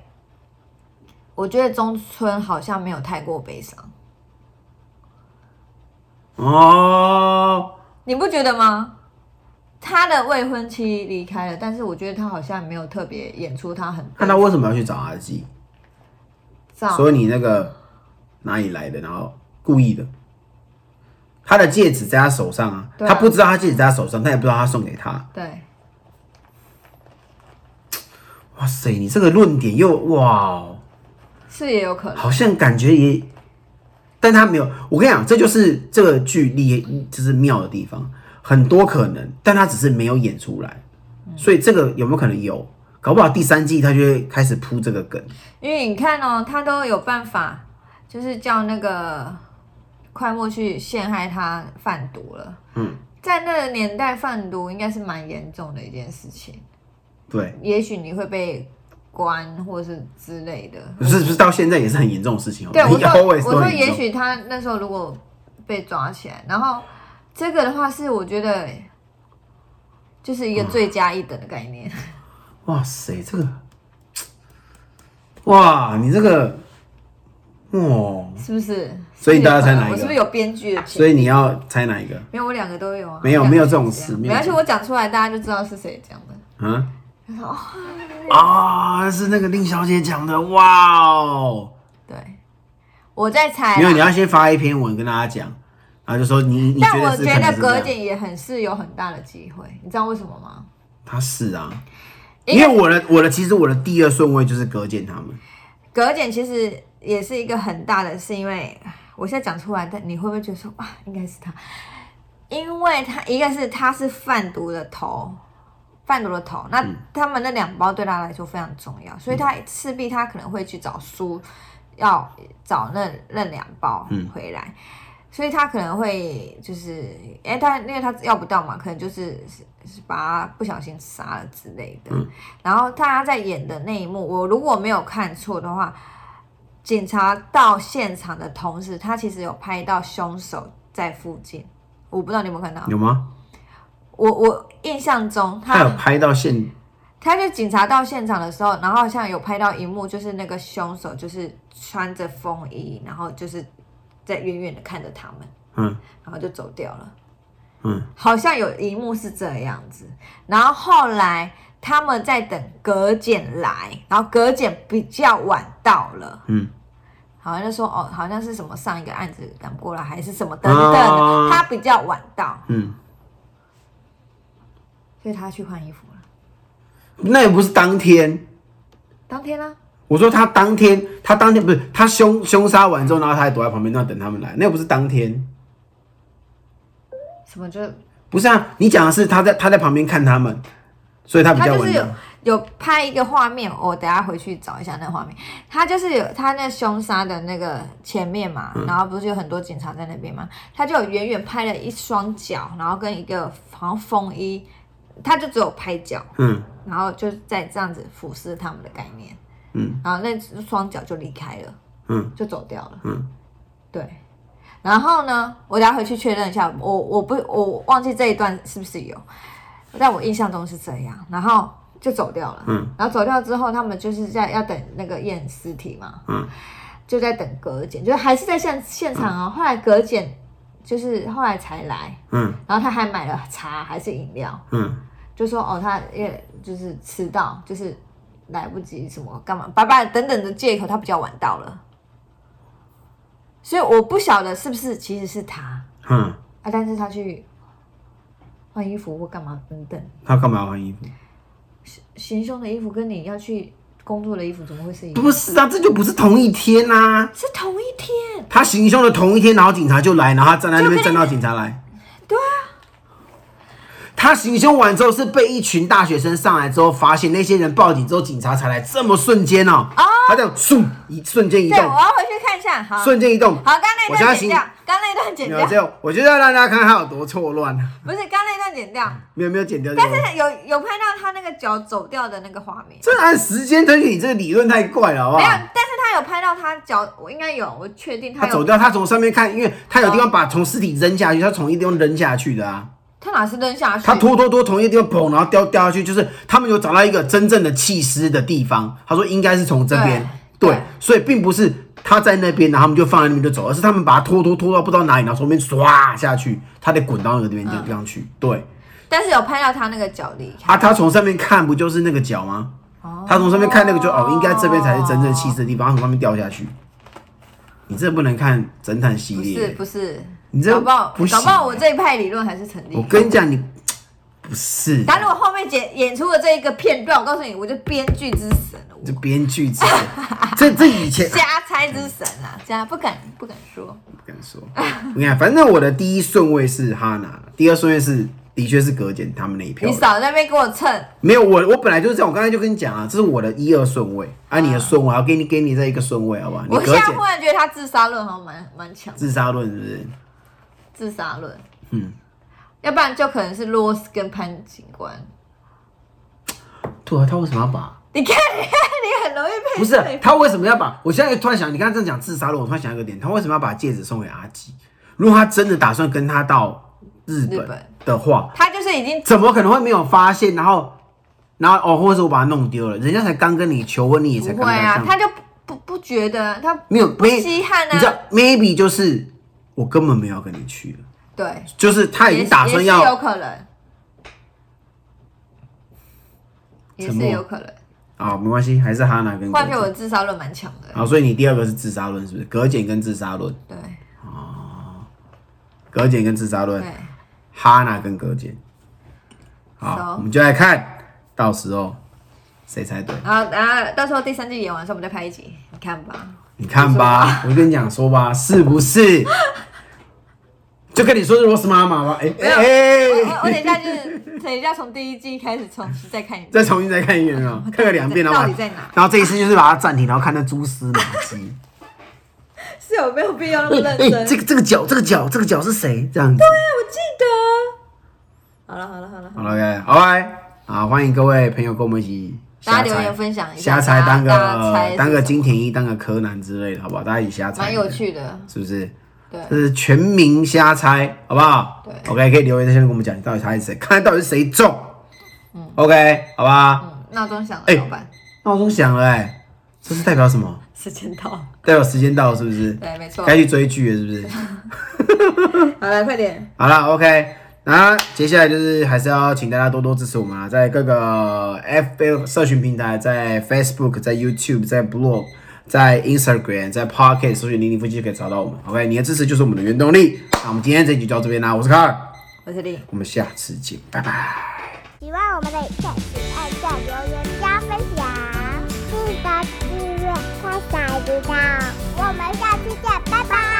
Speaker 2: 我觉得中村好像没有太过悲伤，
Speaker 1: 哦，
Speaker 2: 你不觉得吗？他的未婚妻离开了，但是我觉得他好像没有特别演出他很
Speaker 1: 那他为什么要去找阿基？
Speaker 2: 照
Speaker 1: 所以你那个哪里来的？然后故意的。他的戒指在他手上啊，
Speaker 2: 对啊
Speaker 1: 他不知道他戒指在他手上，他也不知道他送给他。
Speaker 2: 对，
Speaker 1: 哇塞，你这个论点又哇哦，
Speaker 2: 是也有可能。
Speaker 1: 好像感觉也但他没有。我跟你讲，这就是这个剧厉，就是妙的地方，很多可能，但他只是没有演出来。所以这个有没有可能有？搞不好第三季他就会开始铺这个梗。
Speaker 2: 因为你看哦，他都有办法，就是叫那个快莫去陷害他贩毒了。
Speaker 1: 嗯，
Speaker 2: 在那个年代，贩毒应该是蛮严重的一件事情，
Speaker 1: 对，
Speaker 2: 也许你会被关或是之类 的。
Speaker 1: 是不是到现在也是很严重的事情哦？
Speaker 2: 对，我说
Speaker 1: always
Speaker 2: 我
Speaker 1: 都
Speaker 2: 说，
Speaker 1: 很严
Speaker 2: 也
Speaker 1: 重
Speaker 2: 许他那时候如果被抓起来，然后这个的话是我觉得就是一个罪加一等的概念。
Speaker 1: 哇塞，这个，哇，你这个，哦，
Speaker 2: 是不是？
Speaker 1: 所以大家猜哪一个
Speaker 2: 我是不是有编剧的情？
Speaker 1: 所以你要猜哪一个？
Speaker 2: 没有，我两个都有啊。
Speaker 1: 没有
Speaker 2: 我两
Speaker 1: 没
Speaker 2: 个
Speaker 1: 有这种
Speaker 2: 都是
Speaker 1: 事
Speaker 2: 样
Speaker 1: 没有
Speaker 2: 没关系，我讲出来大家就知道是谁讲的。
Speaker 1: 啊？
Speaker 2: 他说哦，
Speaker 1: 啊，是那个令小姐讲的，哇哦！
Speaker 2: 对，我在猜
Speaker 1: 没有，你
Speaker 2: 啦。
Speaker 1: 要先发一篇文跟大家讲，然后就说你你
Speaker 2: 但
Speaker 1: 觉
Speaker 2: 我
Speaker 1: 得是
Speaker 2: 觉
Speaker 1: 可能
Speaker 2: 得
Speaker 1: 是这
Speaker 2: 葛
Speaker 1: 样，
Speaker 2: 姐也很是有很大的机会，你知道为什么吗？
Speaker 1: 他是啊，
Speaker 2: 因
Speaker 1: 因
Speaker 2: 为
Speaker 1: 为我的我的其实我的第二顺位就是葛简他们，
Speaker 2: 葛姐其实也是一个很大的，是因为我现在讲出来，但你会不会觉得说哇，应该是他？因为他一个是他是贩毒的头，贩毒的头，那
Speaker 1: 嗯
Speaker 2: 他们那两包对他来说非常重要，所以他势必他可能会去找书，要找那那两包
Speaker 1: 嗯
Speaker 2: 回来，所以他可能会就是，哎、他因为他要不到嘛，可能就是是是把他不小心杀了之类的。
Speaker 1: 嗯
Speaker 2: 然后他在演的那一幕，我如果没有看错的话，警察到现场的同时，他其实有拍到凶手在附近，我不知道你有没有看到，
Speaker 1: 有吗？
Speaker 2: 我我印象中
Speaker 1: 他有拍到现
Speaker 2: 他就警察到现场的时候，然后好像有拍到一幕，就是那个凶手就是穿着风衣，然后就是在远远的看着他们，
Speaker 1: 嗯
Speaker 2: 然后就走掉了。
Speaker 1: 嗯
Speaker 2: 好像有一幕是这样子，然后后来他们在等葛简来，然后葛简比较晚到了，
Speaker 1: 嗯，
Speaker 2: 好像就说哦，好像是什么上一个案子赶不过来，还是什么等等的，
Speaker 1: 啊
Speaker 2: 他比较晚到，
Speaker 1: 嗯，
Speaker 2: 所以他去换衣服了。
Speaker 1: 那也不是当天，
Speaker 2: 当天呢、
Speaker 1: 我说他当天他当天不是他凶凶杀完之后，然后他还躲在旁边那等他们来，那又不是当天。
Speaker 2: 什么就
Speaker 1: 不是啊，你讲的是他在他在旁边看他们，所以他比
Speaker 2: 他
Speaker 1: 较
Speaker 2: 就是
Speaker 1: 稳
Speaker 2: 有
Speaker 1: 当。
Speaker 2: 有拍一个画面，哦我等下回去找一下那个画面。他就是有他那凶杀的那个前面嘛，
Speaker 1: 嗯
Speaker 2: 然后不是有很多警察在那边嘛，他就有远远拍了一双脚，然后跟一个好像风衣，他就只有拍脚，
Speaker 1: 嗯
Speaker 2: 然后就在这样子俯视他们的概念，
Speaker 1: 嗯
Speaker 2: 然后那双脚就离开了，
Speaker 1: 嗯
Speaker 2: 就走掉了。
Speaker 1: 嗯，
Speaker 2: 对。然后呢，我等下回去确认一下，我我不我忘记这一段是不是有，但我印象中是这样，然后就走掉了。
Speaker 1: 嗯，
Speaker 2: 然后走掉之后，他们就是在要等那个验尸体嘛，
Speaker 1: 嗯，
Speaker 2: 就在等葛检，就还是在现现场啊、后来葛检就是后来才来，
Speaker 1: 嗯
Speaker 2: 然后他还买了茶还是饮料，
Speaker 1: 嗯
Speaker 2: 就说哦，他也就是迟到，就是来不及什么干嘛，拜拜等等的借口，他比较晚到了。所以我不晓得是不是其实是他啊，
Speaker 1: 嗯，
Speaker 2: 但是他去换衣服或干嘛等等，
Speaker 1: 他干嘛要换衣服？
Speaker 2: 行凶的衣服跟你要去工作的衣服怎么会是一样？
Speaker 1: 不是啊，这就不是同一天呐、啊。
Speaker 2: 是同一天，
Speaker 1: 他行凶的同一天，然后警察就来，然后他站在那边站到警察来。
Speaker 2: 对
Speaker 1: 啊。他行凶完之后是被一群大学生上来之后，发现那些人报警之后，警察才来，这么瞬间哦、他这样瞬一瞬间移
Speaker 2: 对，我啊
Speaker 1: 动，
Speaker 2: 要回去看一下。好，好，
Speaker 1: 瞬间移动。
Speaker 2: 刚刚那
Speaker 1: 我
Speaker 2: 一
Speaker 1: 相
Speaker 2: 段剪
Speaker 1: 信
Speaker 2: 掉，刚刚那一段 剪
Speaker 1: 没有，只
Speaker 2: 掉，
Speaker 1: 有我就是要让大家看他有多错乱。啊
Speaker 2: 不是刚刚那一段剪掉，
Speaker 1: 没有没有剪掉这
Speaker 2: 但
Speaker 1: 个。
Speaker 2: 是有有拍到他那个脚走掉的那个画面。
Speaker 1: 这按时间推理，你这个理论太怪了，好不
Speaker 2: 没有，
Speaker 1: 好？
Speaker 2: 但是他有拍到他脚，我应该有，我确定
Speaker 1: 他
Speaker 2: 他有。
Speaker 1: 走掉，他从上面看，因为他有地方把从尸体扔下去，他从一个地方扔下去的啊。
Speaker 2: 他哪是扔下去？
Speaker 1: 他拖拖拖从一个地方砰，然后掉掉下去，就是他们有找到一个真正的弃尸的地方。他说应该是从这边，
Speaker 2: 对
Speaker 1: 对，
Speaker 2: 对
Speaker 1: 所以并不是他在那边，然后他们就放在那边就走，而是他们把他拖拖拖到不知道哪里，然后从那边唰下去，他得滚到那个
Speaker 2: 嗯
Speaker 1: 地方地方去。对，
Speaker 2: 但是有拍到他那个脚离开。
Speaker 1: 啊，他从上面看不就是那个脚吗？
Speaker 2: 哦
Speaker 1: 他从上面看那个就哦，应该这边才是真正气势的地方，他从上面掉下去。你这不能看侦探系
Speaker 2: 不是
Speaker 1: 列，
Speaker 2: 不是，
Speaker 1: 你这
Speaker 2: 搞不好
Speaker 1: 不行
Speaker 2: 搞不好我这一派理论还是成立
Speaker 1: 我。跟你讲，你不是
Speaker 2: 他如果后面剪演出的这一个片段，我告诉你，我就编剧之神了，
Speaker 1: 这
Speaker 2: 我
Speaker 1: 编剧之类这这以前
Speaker 2: 啊瞎猜之神啊，这样不敢不敢说。
Speaker 1: 跟你说，你看，反正我的第一顺位是哈娜，第二顺位是的确是葛简他们那一票
Speaker 2: 你
Speaker 1: 的。
Speaker 2: 少在那边给我蹭，
Speaker 1: 没有，我我本来就是这样，我刚才就跟你讲啊，这是我的一二顺位，啊，你的顺位，我要给你给你这一个顺位，好不好？你
Speaker 2: 哦我
Speaker 1: 葛
Speaker 2: 现在
Speaker 1: 简
Speaker 2: 忽然觉得他自杀论好像蛮蛮强，
Speaker 1: 自杀论是不是？
Speaker 2: 自杀论，
Speaker 1: 嗯，
Speaker 2: 要不然就可能是罗斯跟潘警官。
Speaker 1: 对啊，他为什么要把？
Speaker 2: 你看，你看，你很容易 被
Speaker 1: 不是他为什么要把？我现在突然想，你刚才这样讲自杀论，我突然想一个点，他为什么要把戒指送给阿基？如果他真的打算跟他到日
Speaker 2: 日
Speaker 1: 本
Speaker 2: 本
Speaker 1: 的话，
Speaker 2: 他就是已经
Speaker 1: 怎么可能会没有发现？然后，然后哦，或者是我把它弄丢了，人家才刚跟你求婚，你也才
Speaker 2: 不
Speaker 1: 刚
Speaker 2: 会
Speaker 1: 刚
Speaker 2: 啊，
Speaker 1: 上
Speaker 2: 他就不不觉得他
Speaker 1: 没有
Speaker 2: 不
Speaker 1: 没
Speaker 2: 稀罕
Speaker 1: 你知道
Speaker 2: 啊，
Speaker 1: maybe 就是我根本没有要跟你去了，
Speaker 2: 对，
Speaker 1: 就是他已
Speaker 2: 也
Speaker 1: 经打算
Speaker 2: 也是有
Speaker 1: 要
Speaker 2: 可能，也
Speaker 1: 沉
Speaker 2: 是
Speaker 1: 默
Speaker 2: 有可能。
Speaker 1: 啊、没关系，还是哈娜跟葛
Speaker 2: 换票
Speaker 1: 简。
Speaker 2: 我自杀论蛮强的，
Speaker 1: 好，所以你第二个是自杀论，是不是？葛简跟自杀论，
Speaker 2: 对
Speaker 1: 葛简跟自杀论
Speaker 2: 对，，
Speaker 1: 哈娜跟葛简。好，
Speaker 2: So-
Speaker 1: 我们就来看，到时候谁猜对？
Speaker 2: 然后然后到时候第三季演完之后，我们再拍一集，你看吧。
Speaker 1: 你看吧，我跟你讲说吧，是不是？就跟你说是罗斯妈妈吧，哎、
Speaker 2: 没有
Speaker 1: 哎
Speaker 2: 我
Speaker 1: 哎
Speaker 2: 我我等一下就是等一下从第一季开始重新再看一遍，
Speaker 1: 再重新再看一遍啊，看个两遍，然后
Speaker 2: 到底在哪
Speaker 1: 然后这一次就是把它暂停，然后看那蛛丝马 迹。
Speaker 2: 是有没有必要那么
Speaker 1: 哎
Speaker 2: 认
Speaker 1: 哎、
Speaker 2: 真？啊
Speaker 1: 这个这个角，这个角，这个角是谁？这样子。
Speaker 2: 我记得。好了好了好了，
Speaker 1: 好了，OK，好拜。啊，欢迎各位朋友跟我们一起
Speaker 2: 大家
Speaker 1: 瞎
Speaker 2: 留言
Speaker 1: 猜，
Speaker 2: 分享一下，
Speaker 1: 瞎猜
Speaker 2: 大
Speaker 1: 当
Speaker 2: 家大家猜
Speaker 1: 个
Speaker 2: 是
Speaker 1: 当个
Speaker 2: 什么
Speaker 1: 金田一，当个柯南之类的，好不好？大家一起瞎猜，
Speaker 2: 蛮有，趣的，
Speaker 1: 是不是？
Speaker 2: 对
Speaker 1: 这是全民瞎猜，好不好？
Speaker 2: 对
Speaker 1: ，OK，可以留言在下面跟我们讲，你到底猜是谁，看到底是谁中。OK，好吧。
Speaker 2: 嗯，闹钟响了，
Speaker 1: 哎
Speaker 2: 老板，
Speaker 1: 闹钟响了、哎，这是代表什么？
Speaker 2: 时间到了，
Speaker 1: 代表时间到了，是不是？
Speaker 2: 对，没错，
Speaker 1: 该去追剧了，是不是？
Speaker 2: 好了，快点，
Speaker 1: 好了，OK，那接下来就是还是要请大家多多支持我们啊，在各个 F 呃社群平台，在 Facebook，在 YouTube，在 Blog，在 Instagram，在 Pocket 搜寻零零夫妻就可以找到我们。OK，你的支持就是我们的原动力。那我们今天这集就到这边啦，我是卡尔，
Speaker 2: 我是丽。
Speaker 1: 我们下次见，拜拜。
Speaker 3: 喜欢我们的影片，请按下、留言、加分享，记得订阅、开小铃铛。我们下期见，拜拜。